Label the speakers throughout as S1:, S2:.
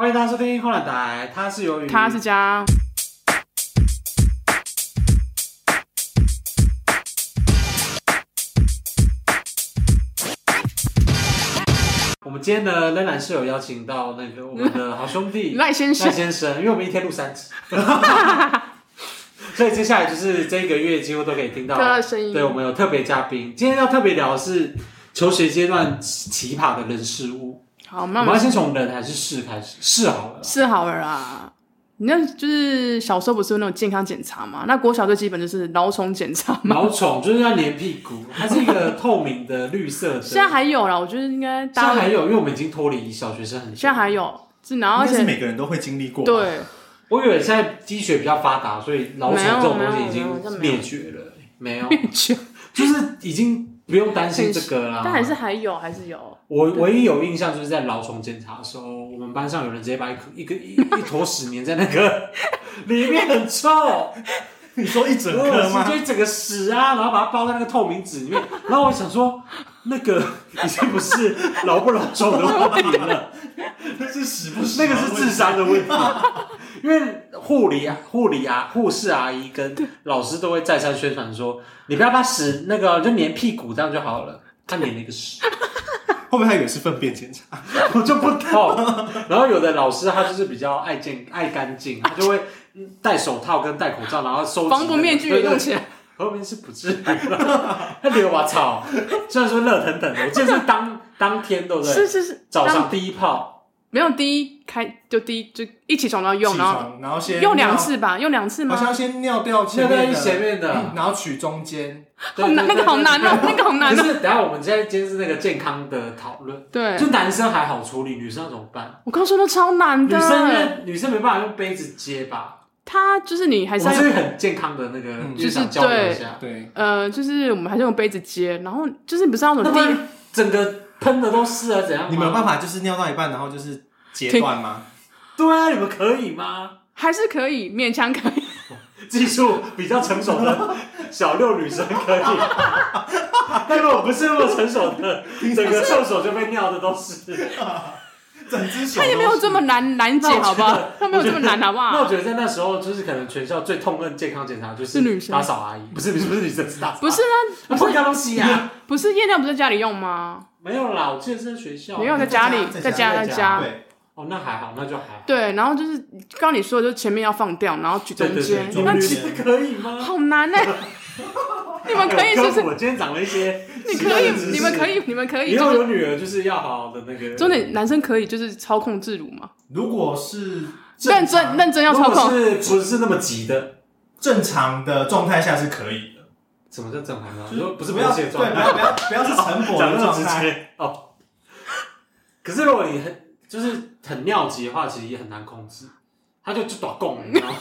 S1: 欢迎大家收听《后来台》，它是由于
S2: 他是加
S1: 我们今天呢，仍然是有邀请到那个我们的好兄 弟
S2: 赖先
S1: 赖
S2: 生，
S1: 先生，因为我们一天录三 集，所以接下来就是这一个月几乎都可以听到
S2: 听到声音
S1: 对，我们有特别嘉宾，今天要特别聊的是求学阶段奇葩的人事物。
S2: 好，
S1: 我
S2: 慢
S1: 们要
S2: 慢
S1: 先从人还是事开始？事好了啦，
S2: 是好了啦。你那就是小时候不是有那种健康检查嘛？那国小最基本就是蛲虫检查嘛。
S1: 毛虫就是要粘屁股，它是一个透明的绿色的。
S2: 现在还有啦，我觉得应该
S1: 现在
S2: 大家
S1: 还有，因为我们已经脱离小学生很久。
S2: 现在还有，是然后而
S3: 应该是
S2: 且
S3: 每个人都会经历 过。，
S2: 对，
S1: 我以为现在医学比较发达，所以老鼠这种东西已经灭绝了。没有，就是已经不用担心这个啦。
S2: 但还是还有，还是有。
S1: 我唯一有印象就是在老虫检查的时候，我们班上有人直接把一颗一个一一坨屎粘在那个里面，很臭，
S3: 你说一 整
S1: 我
S3: 颗
S1: 恶心
S3: 吗？
S1: 就一整个屎啊，然后把它包在那个透明纸里面。然后我想说，那个已经不是老不老虫的问题了。
S3: 那是死不死？
S1: 那个是智商的 问题，因为护理啊、护理啊、护士阿姨跟老师都会再三宣传说，你不要把屎那个就粘屁股这样就好了。他粘了一个 屎，
S3: 会不会他以为是粪便检查？
S1: 我就不懂。然后有的老师他就是比较爱健爱干净，他就会嗯戴手套跟戴口罩，然后收集
S2: 防毒面具也
S1: 对对
S2: 用起来，
S1: 后面是不至于了。他流我操，虽然说热腾腾的，我记得是当当天对不对？
S2: 是是是，
S1: 早上
S2: 当
S1: 第一炮，
S2: 没有第一开就第一就一起床然后用，
S3: 起
S2: 然后
S3: 床，然后先
S2: 用两，次吧，用两次
S3: 好
S2: 吗？
S3: 像要先尿掉
S1: 现
S3: 前
S1: 在是
S3: 面的，嗯
S1: 前面的。
S3: 然后取中间。
S1: 对
S2: 好难，
S1: 对
S2: 那
S1: 对
S2: 个好难哦，那个好难
S1: 可
S2: 哦。
S1: 是，等下我们现在今天是那个健康的讨论，
S2: 对，
S1: 就男生还好处理，女生要怎么办？
S2: 我告诉你，都超难
S1: 女
S2: 的。
S1: 生因为女生没办法用杯子接吧？
S2: 它就是你还
S1: 我
S2: 是要
S1: 们
S2: 用
S1: 是很健康的那个，
S3: 嗯
S1: 就是想交流一下。
S3: 对，
S2: 呃，就是我们还是用杯子接，然后就是你不是要怎
S1: 那
S2: 么
S1: 不
S2: 滴？
S1: 然整个喷的都是啊，怎样？
S3: 你们有办
S1: 法？
S3: 法就是尿到一半，然后就是截断吗？
S1: 对啊，你们可以吗？
S2: 还是可以勉强可 以，
S1: 技术比较成熟的小六女生可以， 但我不是那么成熟的，整个厕所就被尿的都是。
S3: 整只手
S2: 它也没有这么难难解，
S1: 那我觉得
S2: 好不 好？它没有这么难，好不
S1: 那我
S2: 好？
S1: 觉得在那时候，就是可能全校最痛恨健康检查就是
S2: 女生
S1: 打扫阿姨，不是不是不是女生，是打扫
S2: 不是啊，
S1: 不是看东西呀、
S2: 不是夜尿不是在家里用吗？
S1: 没有啦，我记得是在学校。
S2: 你用在家里，
S3: 在
S2: 在家
S3: 家
S1: 在
S2: 在
S1: 家
S2: 家。
S3: 对，
S1: 哦，那还好，那就还好。
S2: 对，然后就是刚刚你说的，就是前面要放掉，然后举中间
S3: 对，对
S2: 那
S1: 你
S3: 对
S2: 其
S1: 觉得可以吗？
S2: 好难呢。欸 你们可以是不
S1: 哎
S2: 是？
S1: 我今天长了一些
S2: 你
S1: 奇怪
S2: 可
S1: 的
S2: 以
S1: 知识，
S2: 你们可。以，你们可以，
S1: 以后
S2: 就是
S1: 有女儿就是要好好的那个。
S2: 重点，男生可以就是操控自如嘛，
S3: 如果是
S2: 认真认真要操控。
S1: 如果是不是那么急的？
S3: 正常的状态下是可以的，
S1: 什么叫正常呢？
S3: 就
S1: 你说不是
S3: 不要
S1: 勃起
S3: 对，
S1: 的
S3: 不
S1: 状态，
S3: 要不要不要是晨勃
S1: 讲
S3: 的
S1: 那么直
S3: 状态。
S1: 接哦。可是如果你很就是很尿急的话，其实也很难控制，他就就打供，你知道吗？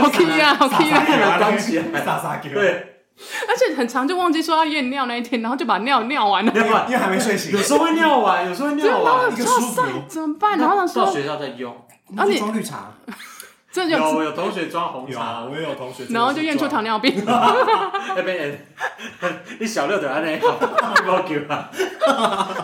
S2: 好 K 啊，好 K 啊！
S1: 很难端起来。
S3: 撒撒给我，
S1: 对，
S2: 而且很常就忘记说要验尿那一天，然后就把尿尿完了，
S1: 要不然
S3: 因为还没睡醒
S1: 有，时候会尿完，有时候会尿完。
S3: 一个
S2: 哇
S3: 舒服
S2: 塞，，怎么办？然后他
S1: 到
S2: 说
S1: 学校再用。
S2: 啊
S3: 那就装绿茶。
S2: 真的
S1: 有
S2: 就，
S1: 有同学装红
S3: 有
S1: 茶
S3: 啊，，我也有同学，
S2: 然后就验出糖。尿病。
S1: 那 边你小六的安尼，不要叫啊，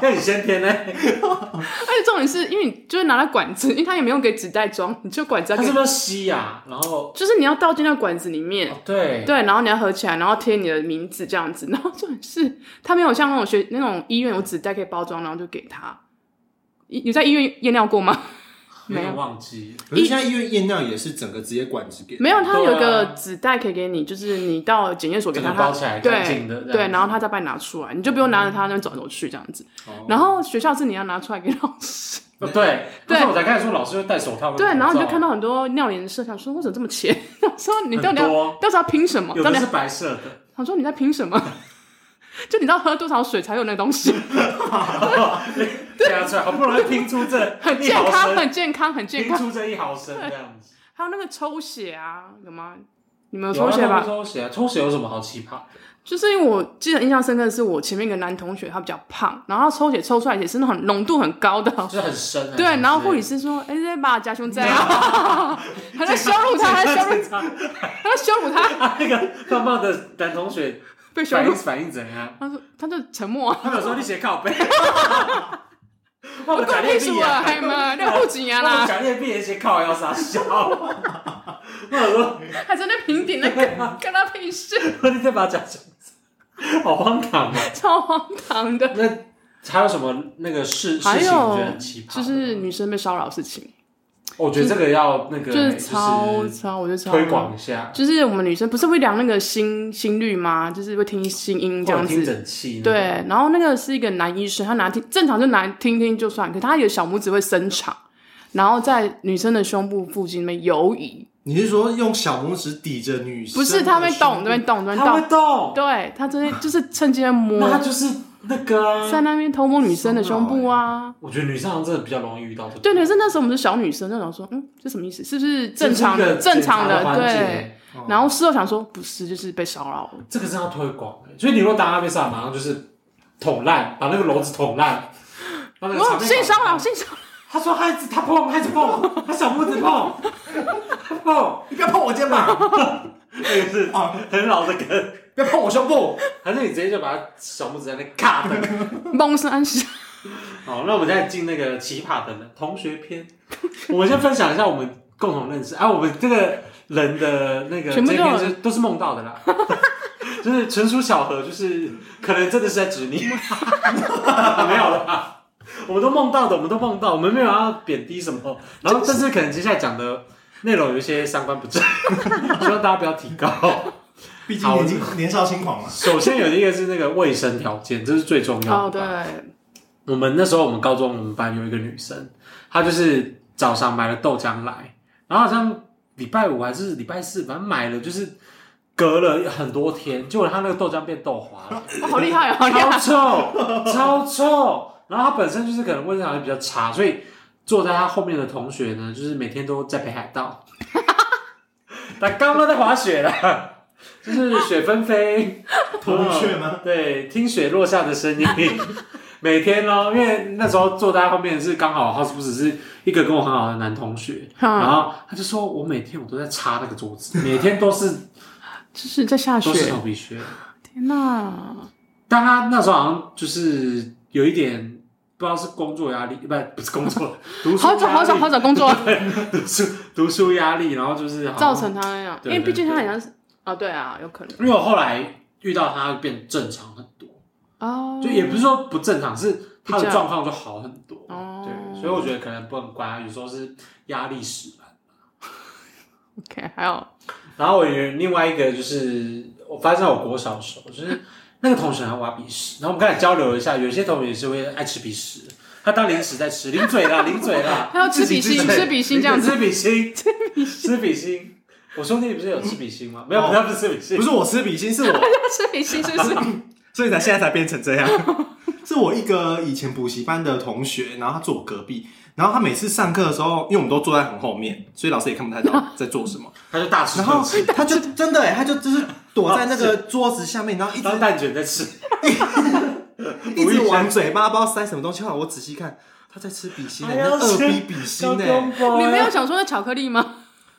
S1: 那你先天呢？
S2: 而且重点是因为你就是拿了管子，因为他也没有给纸袋装，你就管子
S1: 他
S2: 要给
S1: 是不是要吸呀？然后哦
S2: 就是你要倒进那管子里面。
S1: 对，
S2: 对，然后你要合起来，然后贴你的名字这样子。然后重点是，他没有像那种学那种医院有纸袋可以包装，然后就给他。你你在医院验尿 过吗？没
S1: 点
S2: 有，
S1: 忘记。
S3: 可是现在医院验尿也是整个直接管子给，
S2: 没有，他有
S1: 对
S2: 一
S1: 啊
S2: 个纸袋可以给你，就是你到检验所给
S1: 整
S2: 他，
S1: 个
S2: 他
S1: 包起来干
S2: 对
S1: 净的，
S2: 对，然后他再把你拿出来，你就不用拿着它那边走来走去这样子。
S3: 哦
S2: 然后学校是你要拿出来给老师，
S1: 哦对，
S2: 对
S1: 但是我才开始说老师会戴手套跟口
S2: 对，
S1: 罩，
S2: 然后你就看到很多尿颜色，想说为什么这么浅？ 想说你到
S1: 很
S2: 底要
S1: 多
S2: 到底要拼什么？
S1: 有
S2: 到
S1: 的
S2: 底
S1: 是
S2: 要
S1: 白色的，
S2: 想说你在拼什么？ 就你知道喝多少水才有那东西，
S1: 对啊，出来好不容易拼出这
S2: 很
S1: 一
S2: 健
S1: 毫
S2: 康，
S1: 升，
S2: 很健康，很健
S1: 拼
S2: 康。
S1: 出这一毫升这样子。
S2: 还有那个抽血啊，有吗？你们
S1: 有
S2: 有抽血
S1: 啊他们
S2: 吧？
S1: 抽血啊，抽血有什么好奇葩？
S2: 就是因为我记得印象深刻的是，我前面一个男同学他比较胖，然后他抽血抽出来也是那种浓度很 高的，
S1: 就是很深啊。
S2: 对，然后护理
S1: 师
S2: 师说：“哎、这把家兄在 啊， 还在羞辱他，还在羞辱，还在羞辱 他，
S1: 啊，那个棒棒的男同学
S2: 被羞
S1: 反应
S2: 辱。
S1: 反应怎样”？
S2: 他说：“他就沉默啊，
S1: 他们有说你写靠背，那我
S2: 我
S1: 讲
S2: 讲
S1: 劣
S2: 屁事
S1: 币
S2: 啊，
S1: 啊，
S2: 还嘛，那不急啊
S1: 那我
S2: 啦，
S1: 讲劣币那些靠要傻笑。 我想说，
S2: 还在那平顶那个，跟他屁事，
S1: 我那天把它讲成好荒唐啊！
S2: 超荒唐的。
S1: 那还有什么那个事事情
S2: 还
S1: 你觉得
S2: 有
S1: 很奇葩的吗？
S2: 就是女生被骚扰的事情，
S1: 我觉得这个要那个
S2: 就是超
S1: 就是
S2: 超，我觉得超
S1: 推广。一下，
S2: 就是我们女生不是会量那个心心率吗？就是会哦听心音这样
S1: 或者听
S2: 子。
S1: 诊器。
S2: 对，，然后那个是一个男医生，他拿听正常就拿听听就算，可他有小拇指会伸长，然后在女生的胸部附近那边游移，
S3: 你是说用小拇指抵着女生？
S2: 不是他会动，那边动，那边
S1: 他
S2: 动
S1: 会，动，
S2: 对他真的就是趁机在摸
S1: 那，他就是那个啊。
S2: 在那边偷摸女生的胸部啊。
S1: 我觉得女生好像真的比较容易遇到这种。
S2: 对，可是那时候我们是小女生，那种说，嗯，这什么意思？是不是正常
S1: 这是一
S2: 的？
S1: 个
S2: 正常
S1: 检查的
S2: 的，
S1: 环
S2: 对。
S1: 节，
S3: 哦
S2: 然后事后想说，不是，就是被骚扰了。
S1: 这个是要推广的。所以你若当阿贝萨，马上就是捅烂，把那个篓子捅烂，把那个场
S2: 我
S1: 面
S2: 性骚
S1: 搞
S2: 扰，
S1: 烂。
S2: 性骚扰，
S1: 他说他一直他碰，他一直碰，他小拇指碰，他碰，哦
S3: 你不要碰我 肩膀，
S1: 那个是
S3: 啊
S1: 很老的梗。
S3: 不要碰我胸部。
S1: 还是你直接就把他小拇指在那 卡的。
S2: 蒙生安息。
S1: 好，哦那我们现在进那个奇葩的人同学篇，我们先分享一下我们共同认识。啊，我们这个人的那个
S2: 全部
S1: 这
S2: 都
S1: 篇
S2: 有
S1: 是都是梦到的啦， 就是纯属巧合，就是可能真的是在指你，没有 啦，我们都梦到的，我们都梦到，我们没有要贬低什么，哦然后但是可能接下来讲的内容有一些三观不正， 希望大家不要提高。
S3: 毕
S1: 好
S3: 竟年纪年少 轻狂嘛。
S1: 首先有一个是那个卫生条件，这是最重要的。
S2: 哦，对，
S1: 我们那时候我们高中我们班有一个女生，她就是早上买了豆浆来，然后好像礼拜五还是礼拜四，反正买了就是隔了很多天，结果她那个豆浆变豆花了，
S2: 哦好厉害，哦，好厉
S1: 超
S2: 害。
S1: 臭，超臭。然后她本身就是可能卫生条件比较差，所以坐在她后面的同学呢，就是每天都在北海道，他刚刚在滑雪了，就是雪纷飞。
S3: 铜雀吗？
S1: 对，听雪落下的声音， 每天咯，因为那时候坐在他后面是刚好 h o u s 不只是一个跟我很好的男同学，然
S2: 哈，
S1: 后他就说我每天我都在擦那个桌子，每天都 是
S2: 就是在下
S1: 都是
S2: 雪，
S1: 头皮屑，
S2: 天哪！
S1: 但他那时候好像就是有一点不知道是工作压力，不不是工 作，读书
S2: 好找好
S1: 压
S2: 找
S1: 力
S2: 好找工作，
S1: 读书读书压力，然后就是好像
S2: 造成他那样，因
S1: 对
S2: 为
S1: 对
S2: 毕竟他好
S1: 对
S2: 像是啊，对啊，有可能
S1: 因为我后来遇到他变正常很多，
S2: 哦，
S1: 就也不是说不正常，是他
S2: 比
S1: 的
S2: 较
S1: 状况就好很多。
S2: 哦
S1: 对，所以我觉得可能不能怪他，有时候是压力使然。
S2: OK，还有
S1: 然后我有另外一个就是，我发现我国小的时候，就是那个同学很挖鼻屎，然后我们刚才交流了一下，有些同学也是会爱吃鼻屎，他当零食在吃，零嘴啦，零嘴啦，
S2: 还有吃比
S1: 自己
S2: 心，
S1: 自己
S2: 吃比心这样子，
S1: 吃比心，吃比心，吃比心。我兄弟不是有吃比心吗？没有，
S3: 哦
S1: 他不是吃比心，
S3: 不是我吃比心，是 我，
S2: 吃比心是不是？
S3: 所以才现在才变成这样。 是我一个以前补习班的同学，然后他坐我隔壁，然后他每次上课的时候，因为我们都坐在很后面，所以老师也看不太到在 做什么。
S1: 他就大吃
S3: 然后
S1: 特吃，
S3: 他就真的、欸，他就就是躲在那个桌子下面，然后一直
S1: 当蛋卷在吃，
S3: 一直往嘴巴不知道塞什么东西。后来我仔细看，他在吃比心、欸，
S1: 哎呀
S3: 那二逼比心呢、欸？
S2: 你没
S1: 没
S2: 有想说那巧克力吗？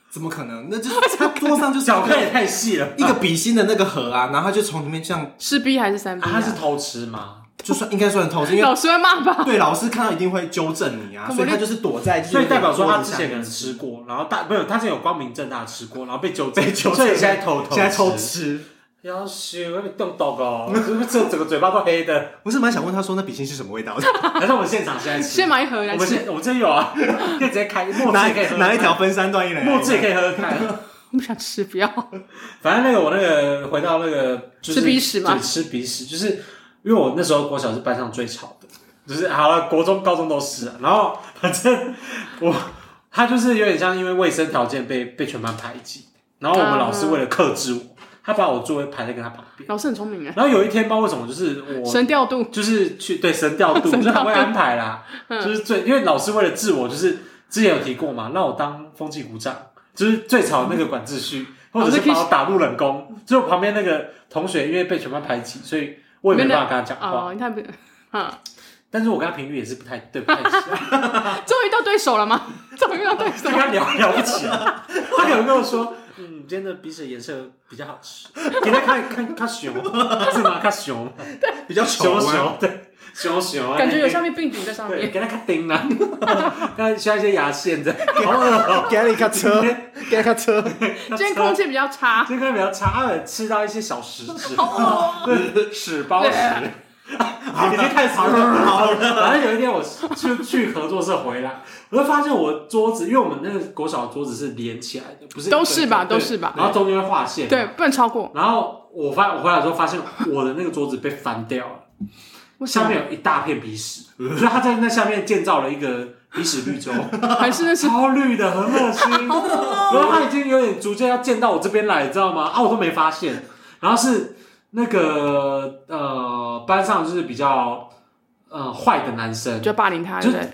S3: 怎么可能？那就是他桌上就是
S1: 小看也太细了，
S3: 一个比心的那个盒啊，然后他就从里面这样，
S2: 是 B 还是三 B？、
S1: 啊他是偷吃吗？
S3: 就算应该算偷吃，因为
S2: 老师会 骂吧？
S3: 对老师看到一定会纠正你啊，
S2: 可不
S3: 所以他
S2: 就
S3: 就是躲在，
S1: 所以代表说他之
S3: 之
S1: 前可能吃过，然后大没有，他之前有光明正大吃过，然后被纠正，
S3: 被纠正
S1: 所以现在偷偷
S3: 现在偷
S1: 吃，
S3: 吃。
S1: 要死，我被冻到哦，这这整个嘴巴都黑的。
S3: 我是蛮想问他说那比心是什么味道的，
S1: 还是我们现场现在吃，
S2: 先 买一盒
S1: 我
S2: 来
S1: 们
S2: 吃。
S1: 现我们这有啊， 可以直接开，墨
S3: 拿
S1: 汁也可以喝，
S3: 拿一条，分三段一来，
S1: 墨汁也可以喝喝看。
S2: 我不想 吃，不要。
S1: 反正那个我那个回到那个就是
S2: 吃鼻屎吗
S1: 对，吃鼻屎，就是因为我那时候国小是班上最吵的，就是好了，国中、高中都是啊、然后反正我他就是有点像因为卫生条件被被全班排挤，然后我们老师为了克制我，他把我座位排在跟他旁边。
S2: 老师很聪明哎，
S1: 然后有一天，不知道为什么，就是我
S2: 神调度
S1: 就是去对神调 度，
S2: 神调度
S1: 就是很会安排啦，
S2: 嗯
S1: 就是最因为老师为了治我，就是之前有提过嘛，让我当风纪股长，就是最吵那个管秩序，
S2: 嗯
S1: 或者是把我打入冷宫。就是我旁边那个同学，因为被全班排挤，所以我也没办法跟他讲话。
S2: 哦，你看不， 啊，
S1: 但是我跟他频率也是不太对，不太 起来，
S2: 终于遇到对手了吗？终于遇到对
S1: 就
S2: 手
S1: 跟，他聊聊不起来。他有跟我说，嗯，今天的鼻屎颜色比较好吃，给他看看看熊，是吗？看熊，
S3: 比较
S1: 熊
S3: 丑啊。
S1: 熊，对，熊熊，啊
S2: 感觉有下面病毒在上
S1: 对，
S2: 面。
S1: 给他看钉了， 他需要一些牙线的，好恶哦。
S3: 给了一个车，给了一个车，
S2: 今天空气比较差，
S1: 这个比较差，而且吃到一些小石 子，
S2: 哦
S1: 对，屎包屎。 已经太长了，好 了。反正有一天我去去合作社回来，我就发现我桌子，因为我们那个国小的桌子是连起来的，不是
S2: 都是吧
S1: 对
S2: 都是吧
S1: 然后中间会画线，
S2: 对，不能超过。
S1: 然后我发我回来之后发现我的那个桌子被翻掉了，
S2: 为什
S1: 下
S2: 么？
S1: 面有一大片鼻屎， 所以他在那下面建造了一个鼻屎绿洲，
S2: 还是那是
S1: 超绿的，很恶心。然后他已经有点逐渐要溅到我这边来，你知道吗？啊，我都没发现。然后是那个呃班上就是比较呃坏的男生，
S2: 就霸凌他，对
S1: 就
S2: 不对？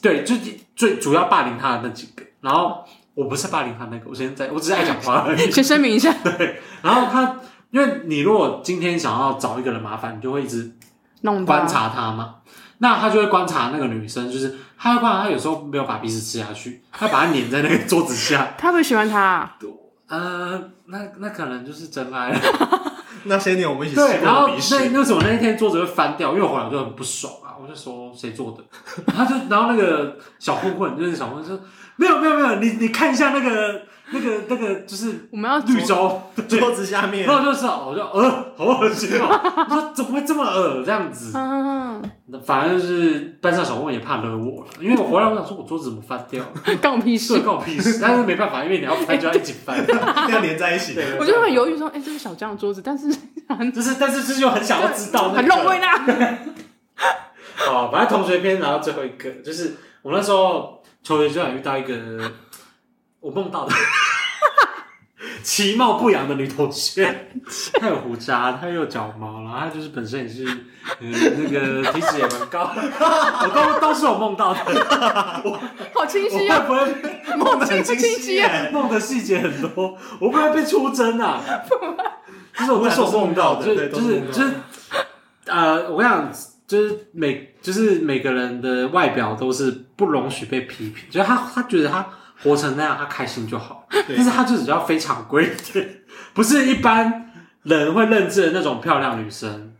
S1: 对，就是最主要霸凌他的那几个。然后我不是霸凌他那个，我现在我只是爱讲话而已。
S2: 先声明一下，
S1: 然后他，因为你如果今天想要找一个人麻烦，你就会一直
S2: 弄吧
S1: 观。察他嘛。那他就会观察那个女生，就是他会观察她有时候没有把鼻子吃下去，他把它粘在那个桌子下。
S2: 他会不会喜欢他啊？
S1: 呃，那那可能就是真爱了。
S3: 那些年我们一起吃
S1: 对，然
S3: 过
S1: 后
S3: 的
S1: 那
S3: 鼻
S1: 那
S3: 屎，
S1: 为什么那一天桌子会翻掉？因为我回来我就很不爽啊，我就说谁做的？他就然后那个小混混就是小混混说没有没有没有，你你看一下那个那个那个就是
S2: 我们要
S1: 绿洲，对，
S3: 桌子下面
S1: 然，后就是，我就呃，好恶心哦！我说怎么会这么恶这样子？
S2: 嗯，
S1: 反正就是班上小混混也怕惹我了，因为我回来我想说我桌子怎么翻掉了，
S2: 干我屁
S1: 这
S2: 事！
S1: 关我屁事。但是没办法，因为你要翻就要一起翻。
S3: 要连在一起。
S1: 对，
S2: 我就很犹豫说，哎，这是小江的桌子，但是 很
S1: 就是，但是就是又很想要知道、那个，
S2: 很弄味啊啦。
S1: 好，反正同学篇，然后最后一个就是我那时候求学就想遇到一个我梦到的 其貌不扬的女同学，她有胡渣，她又有脚毛，然后她就是本身也是呃那个体脂也蛮高，我都都是我梦到的，
S2: 好清
S1: 我
S2: 晰啊！
S1: 会不会
S3: 梦得
S2: 清不
S3: 很清
S2: 清晰
S3: 晰
S2: 啊
S3: 耶，
S1: 梦的细节很多，我会不会被出征啊？就是我
S3: 不
S1: 那
S3: 然
S1: 时
S3: 都
S1: 候
S3: 是梦
S1: 梦
S3: 到
S1: 到的，
S3: 的
S1: 就
S3: 对
S1: 是
S3: 都
S1: 就是是
S3: 梦到的
S1: 就是呃，我跟你讲，就是每就是每个人的外表都是不容许被批评，就是他他觉得他活成那样，他开心就好，
S3: 对
S1: 但是他就只要非常规一点，不是一般人会认知的那种漂亮女生。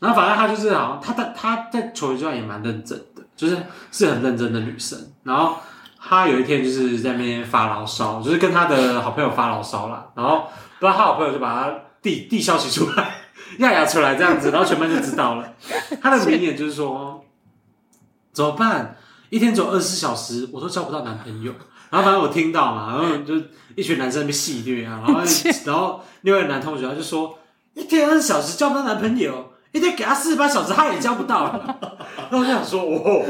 S1: 然后反正她就是好像她在她在球球上也蛮认真的，就是是很认真的女生。然后她有一天就是在那边发牢骚，就是跟她的好朋友发牢骚啦。然后不知道她好朋友就把她递递消息出来， 亚亚出来这样子，然后全班就知道了。她的名言就是说：“怎么办？一天只有二十四小时，我都交不到男朋友。”然后反正我听到嘛，然后就一群男生被戏虐啊， 然后然后另外一个男同学他就说。一天二十小时交不到男朋友，一天给他四十八小时他也交不到了。 然后我就想说，哦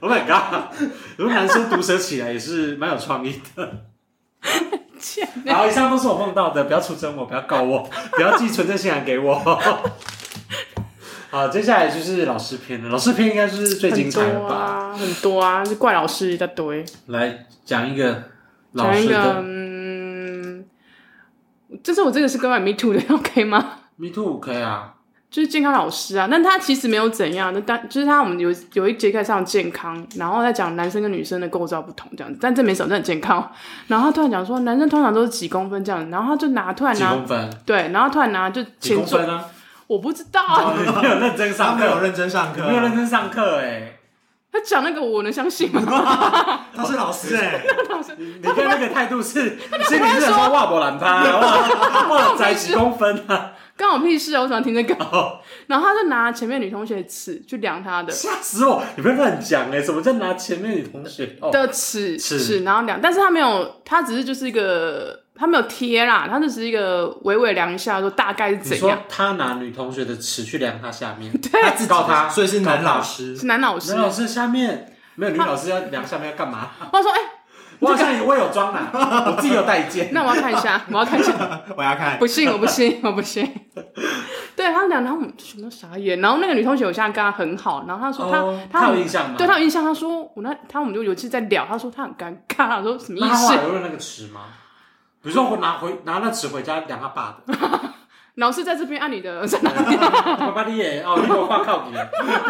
S1: ，Oh my god！有个男生毒舌起来也是蛮有创意的。
S2: 切
S1: 然后以上都是我梦到的，不要出征我，不要告我， 不要寄存证信函给我。 好，接下来就是老师篇了。老师篇应该是最精
S2: 很多
S1: 彩的吧？
S2: 啊，很多啊，就怪老师一大堆。
S1: 来讲一个老
S2: 讲一
S1: 师
S2: 个，
S1: 的
S2: 嗯，这是我这个是跟外 me too 的 ，OK 吗？
S1: Me Too 可以啊，
S2: 就是健康老师啊，但他其实没有怎样。那但就是他我们有有一节课上健康，然后在讲男生跟女生的构造不同这样子，但这没什么，这很健康哦。然后他突然讲说，男生通常都是几公分这样，然后他就拿啊突然
S1: 几
S2: 拿
S1: 公分？
S2: 对，然后突然拿就
S1: 几
S2: 前
S1: 公
S2: 座，
S1: 分啊？
S2: 我不知道啊。
S1: 哦你没有认真
S3: 他
S1: 上
S3: 没有
S1: 课，
S3: 认真上
S1: 你
S3: 课，
S1: 没有认真上课哎、
S2: 他讲那个我能相信吗？
S3: 他是老师哎，
S1: 你跟那个态度是，心里是想说哇，我懒趴， 哇，哇，窄几公分啊，
S2: 关我屁事啊！我喜欢听这个。
S1: 哦
S2: 然后他就拿前面女同学的尺去量他的
S1: 吓死我！你不要乱讲哎，什么叫拿前面女同学？哦，
S2: 的尺
S1: 是
S2: 尺，然后量，但是他没有，他只是就是一个他没有贴啦，他只是一个微微量一下，说大概是
S1: 你
S2: 怎样
S1: 说。他拿女同学的尺去量她下面，
S3: 他自己
S1: 告他
S3: 所以是男老师，
S2: 是男老师
S1: 男。老师下面没有女老师要量下面要干嘛？
S2: 我说，哎、
S1: 我好像我有装啦，我自己有带一件。
S2: 那我要看一下，我要看一下，
S3: 啊我要看
S2: 不信，我不信，我 不信。对他们俩，然后我们全都傻眼。然后那个女同学，我现在跟她很好，然后她说她、
S1: 哦
S2: 她
S1: 他有
S2: 很
S1: 印象吗？
S2: 对她有印象，她说我那她我们就有一次在聊，她说她很尴尬，我说什么
S1: 那
S2: 意
S1: 他后来
S2: 思？
S1: 有用那个尺吗？比如说我拿回拿那尺回家量他爸 的，
S2: 老师在这边按你的， 在哪
S1: 爸爸你也哦，你给我挂靠你，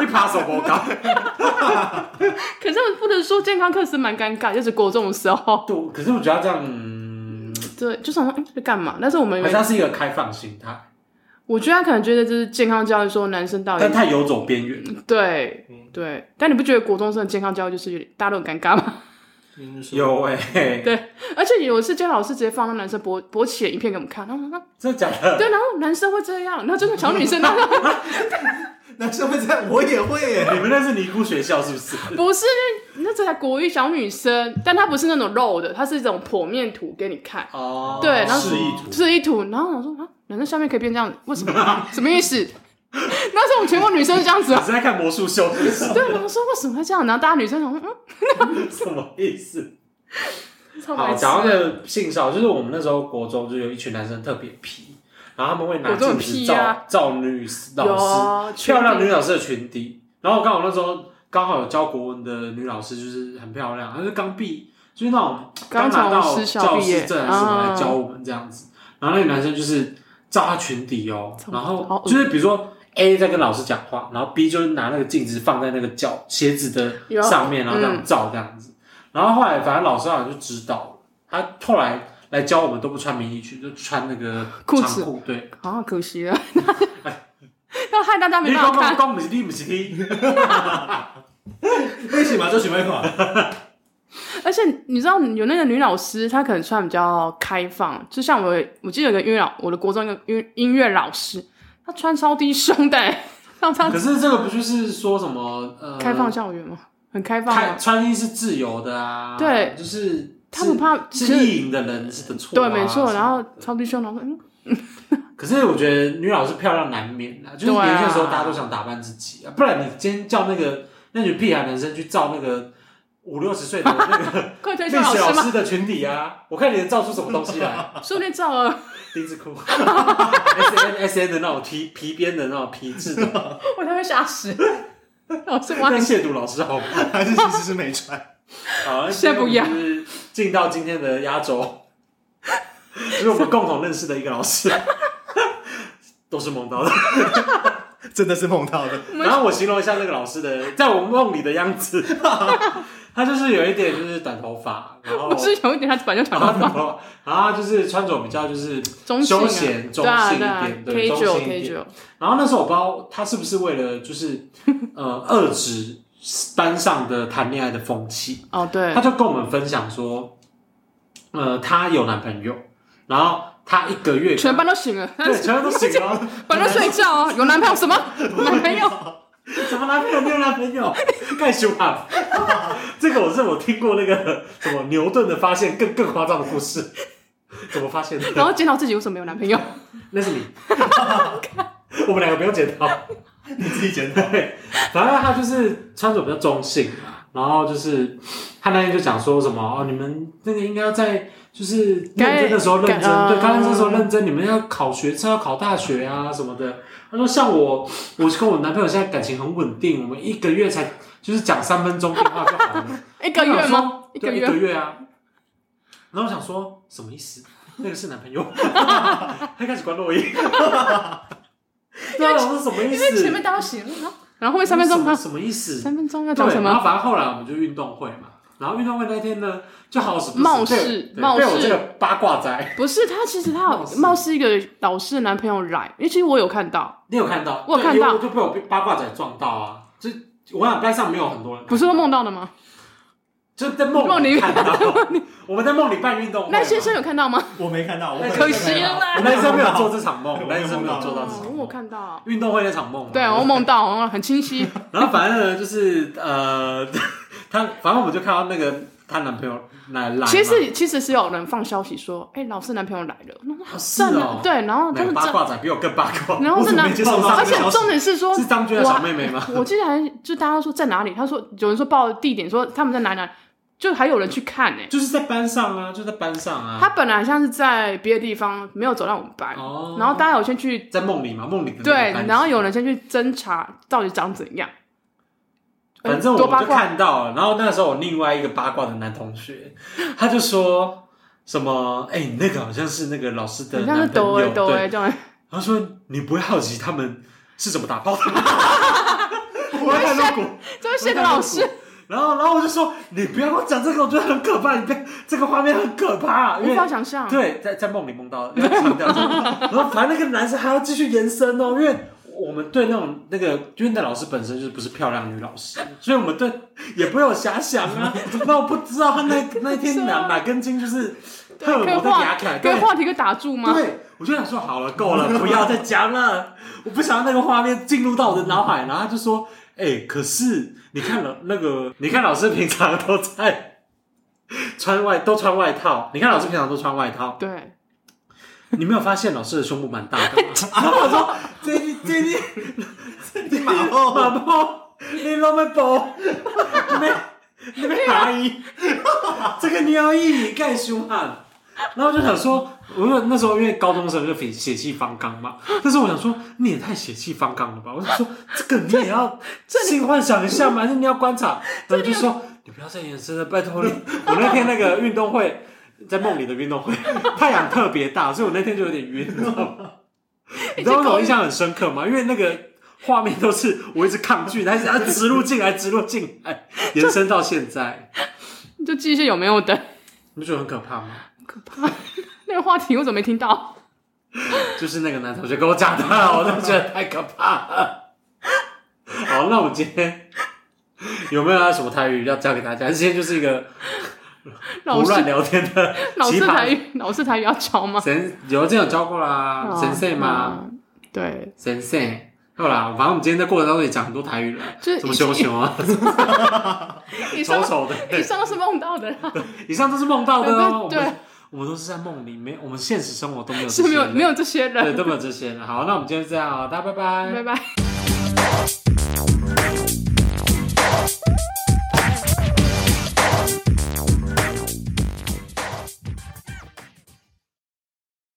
S1: 你爬手不高。
S2: 可是我不能说健康课是蛮尴尬，就是国中的时候，
S1: 对，可是我觉得这样，嗯
S2: 对，就想说嗯在干嘛？但是我们
S1: 好像是一个开放心态，
S2: 我觉得他可能觉得这是健康教育，说男生到底
S1: 但太游走边缘，
S2: 对
S3: 嗯
S2: 对，但你不觉得国中生的健康教育就是有点大家都很尴尬吗？
S1: 有哎、
S2: 而且有一次，监老师直接放那男生勃勃起的影片给我们看，然后我们说
S1: 真的假的？
S2: 对，然后男生会这样，然后真的小女生，她说
S3: 男生会这样，我也会耶。
S1: 你们那是尼姑学校是不是？
S2: 不是，那那这才国语小女生，但她不是那种露的，她是一种剖面图给你看，
S1: 哦，
S2: 对然后
S1: 示意图，
S2: 示意图，然后我说啊，男生下面可以变这样子，为什么？什么意思？那时候我们全国女生是这样子
S1: 你
S2: 啊，
S1: 是在看魔术秀是不是？
S2: 对，然后说为什么会这样？然后大家女生想说，
S1: 什么意思？
S2: 嗯，超白
S1: 好，
S2: 痴
S1: 讲到那个性骚扰，就是我们那时候国中就有一群男生特别皮，然后他们会拿
S2: 国中很
S1: 镜子
S2: 皮
S1: 照、
S2: 啊
S1: 照女
S2: 有
S1: 老
S2: 啊
S1: 师，漂亮女老师的裙底。然后我刚好那时候刚好有教国文的女老师，就是很漂亮，她是刚毕，就是那种
S2: 刚
S1: 拿到
S2: 从
S1: 教
S2: 师校毕业
S1: 师证还是什么来
S2: 啊
S1: 教我们这样子。然后那个男生就是照她裙底哦，
S2: 从
S1: 然后
S2: 好恶
S1: 就是比如说 A 在跟老师讲话，然后 B 就是拿那个镜子放在那个脚鞋子的
S2: 有
S1: 上面，然后这样照这样子。然后后来反正老师好像就知道了，他后来来教我们都不穿迷你裙，就穿那个
S2: 裤
S1: 长
S2: 子
S1: 裤。对，
S2: 啊，可 惜了，要害大家没
S1: 你
S2: 办
S1: 讲
S2: 法
S1: 讲
S2: 看。
S1: 讲，不是你，不是你，
S3: 为什么就喜欢看？
S2: 而且你知道有那个女老师，她可能穿比较开放，就像我有，我记得有个音乐老，我的国中有个音音乐老师，她穿超低胸带、 让她
S1: 可是这个不就是说什么呃，
S2: 开放校园吗？很开放
S1: 开
S2: 吗？
S1: 穿衣是自由的啊，
S2: 对
S1: 就是
S2: 他不怕
S1: 是
S2: 就是
S1: 是意淫的人是的错、啊，
S2: 对，没错。然后
S1: 是的
S2: 超低胸，然后嗯，
S1: 可是我觉得女老师漂亮难免啊，就是
S2: 对啊
S1: 年轻的时候大家都想打扮自己啊，不然你今天叫那个那群屁孩男生去照那个五六十岁的那 个
S2: 快退
S1: 历
S2: 休
S1: 史
S2: 老
S1: 老
S2: 师吗？
S1: 师的群体啊，我看你能照出什么东西来？
S2: 说不定照了，
S1: 丁字裤，S N S N 的那种皮皮鞭的那种皮质的，
S2: 我才会吓死。老师哇
S1: 那，亵渎老师好吗？
S3: 还是其实是没穿？
S1: 好，那
S2: 现在不一样
S1: 今天我们就是进到今天的压轴，就是我们共同认识的一个老师，都是梦到的。
S3: 真的是梦到的。
S1: 然后我形容一下那个老师的，在我梦里的样子，他就是有一点就是短头发，然后
S2: 我是有一点，她本来就
S1: 然
S2: 长
S1: 后
S2: 头
S1: 短
S2: 发，
S1: 头发，然后就是穿着比较就是
S2: 中性
S1: 休
S2: 啊，
S1: 闲中
S2: 对啊
S1: 性一
S2: 对啊
S1: 点，对
S2: ，K
S1: 中
S2: 九
S1: 性一
S2: K
S1: 点。
S2: 九，
S1: 然后那时候我不知道他是不是为了就是呃遏制班上的谈恋爱的风气，
S2: 哦对
S1: 他，就跟我们分享说，呃，她有男朋友，然后她一个月
S2: 全班都醒了，
S1: 对全班都醒了，
S2: 反正睡觉啊，有男朋友什么男朋友？
S1: 什么男朋友没有男朋 友，盖修啊！ 这个我是我听过那个什么牛顿的发现更更夸张的故事，怎么发现的？
S2: 然后检讨自己为什么没有男朋友，
S1: 那是你， 我们两个不用检讨。
S3: 你自己检讨。
S1: 对，反正他就是穿着比较中性嘛，然后就是他那天就讲说什么哦，你们那个应该要在就是认真的时候认真，
S2: 该该
S1: 对，刚认真的时候
S2: 嗯
S1: 认真，你们要考学测、要考大学啊什么的。他说像我，我跟我男朋友现在感情很稳定，我们一个月才就是讲三分钟电话就好了。
S2: 一个月
S1: 我想
S2: 吗
S1: 说？
S2: 一个
S1: 对一
S2: 月
S1: 个，月啊。然后我想说什么意思？那个是男朋 友，他开始关录音。对啊，我说什么意
S2: 因为
S1: 思
S2: 前？面大家醒了，然后后面三分钟
S1: 什么
S2: 吗？
S1: 什么意思？
S2: 三分钟要讲
S1: 对，
S2: 什
S1: 然
S2: 么？
S1: 后反正后来我们就运动会嘛，然后运动会那天呢，就好死不死
S2: 冒失
S1: 被对
S2: 冒
S1: 被
S2: 失
S1: 我这个八卦仔，
S2: 不是，他其实他
S1: 貌
S2: 有
S1: 似
S2: 貌似一个老师的男朋友来，因为其实我有看到，
S1: 你有看到？
S2: 我有
S1: 对
S2: 看到
S1: 因为就被我被八卦仔撞到啊！就我想班上没有很多人，
S2: 不是说梦到的吗？
S1: 就在梦
S2: 梦
S1: 里
S2: 里
S1: 看到，我们在梦里办运动会嘛。
S2: 赖先生有看到吗？
S3: 我没看到，我
S1: 哎
S2: 可惜了
S1: 我那时候没有做这场梦，我
S3: 对
S1: 那时候没有
S3: 我
S1: 做到这
S2: 哦
S1: 场
S2: 我有
S1: 梦。
S2: 看到，
S1: 运动会那场梦嘛，
S2: 对我梦到，哦很清 晰，
S1: 然后反正呢，就是呃， 她反正我们就看到那个她男朋友来来嘛，
S2: 其实其实是有人放消息说，哎，老师男朋友来了，那
S1: 啊是
S2: 算
S1: 哦
S2: 了，，对，然后
S1: 那
S2: 但
S1: 个
S2: 是
S1: 八
S2: 这，
S1: 卦仔比我更八卦，
S2: 然后
S3: 我
S2: 这
S3: 怎么
S2: 男
S3: 没，接受到
S2: 而
S3: 这
S2: 且
S3: 个消息？
S2: 重点是说，
S1: 是张娟的小妹妹吗？
S2: 我记得还就大家说在哪里，他说有人说报地点，说他们在哪里哪里，就还有人去看呢、欸
S1: 就是在班上啊，就在班上啊。
S2: 他本来像是在别的地方，没有走到我们班，
S1: 哦，
S2: 然后大家有先去
S1: 在梦里嘛，梦里的那个
S2: 对，
S1: 班级
S2: 然后有人先去侦查到底长怎样。
S1: 反正我
S2: 多八
S1: 就
S2: 卦，
S1: 看到了。然后那时候我另外一个八卦的男同学，他就说什么：“哎、你那个好像是那个老师的
S2: 很像是
S1: 男朋
S2: 抖哎
S1: 友。”
S2: 抖哎
S1: 对，
S2: 这样，
S1: 他说：“你不会好奇 他们是怎么打炮的吗？”我
S2: 会
S1: 看
S2: 吓
S1: 露骨，
S2: 这位谢老师，
S1: 然后，然后我就说，你不要跟我讲这个，我觉得很可怕，你别这个画面很可怕，因
S2: 无
S1: 为
S2: 法想象。
S1: 对，在在梦里梦到，要强调这个然后反正那个男生还要继续延伸哦，因为我们对那种那个，因为那老师本身就是不是漂亮女老师，所以我们对也不会有遐想啊。 那我不知道他那那天哪哪根筋就是荷尔
S2: 可以
S1: 蒙在
S2: 话
S1: 牙起来，
S2: 可以
S1: 对
S2: 话题可以打住吗？
S1: 对，我就想说好了，够了，不要再讲了，我不想让那个画面进入到我的脑海。然后他就说，哎、可是你看了那个，你看老师平常都在穿外都穿外套，你看老师平常都穿外套，
S2: 对，
S1: 你没有发现老师的胸部蛮大的吗？ 然后我说，这你这你
S3: 你马后
S1: 马波，你老妹波，你妹你妹阿姨，这个鸟姨你盖凶悍。然后我就想说，我那那时候因为高中生就血血气方刚嘛，但是我想说你也太血气方刚了吧？我就说这个你也要性幻想一下嘛，还是你要观察？然后我就说你不要再延伸了，拜 托你。我那天那个运动会，在梦里的运动会，太阳特别大，所以我那天就有点晕，你知道吗？你知道为什么我印象很深刻吗？因为那个画面都是我一直抗拒，但是它植入进来，植入进来，延伸到现在，
S2: 就记一些有没有的。
S1: 你不觉得很可怕吗？
S2: 那个话题我怎么没听到？
S1: 就是那个男同学跟我讲的，我都觉得太可怕了。好，那我们今天有没有要什么台语要教给大家？今天就是一个胡
S2: 老师
S1: 乱聊天的
S2: 老
S1: 奇
S2: 师台
S1: 葩。
S2: 语，老师台语要教吗？
S1: 神有这有教过啦，
S2: 哦
S1: 啊神圣嘛，？
S2: 嗯对，
S1: 神圣。好啦，反正我们今天在过程当中也讲很多台语了，
S2: 就是
S1: 什么
S2: 已
S1: 熊
S2: 经
S1: 熊啊，
S2: 以上
S1: 丑丑的。
S2: 以上都是梦到的啦，
S1: 以上都是梦到的哦。
S2: 对
S1: 我们我们都是在梦里，没我们现实生活都没有这
S2: 是
S1: 些
S2: 没有
S1: 人
S2: 没有这些
S1: 对
S2: 人。
S1: 都没有这些人。好，那我们今天就这样哦，大家拜拜
S2: 拜拜。
S1: 拜。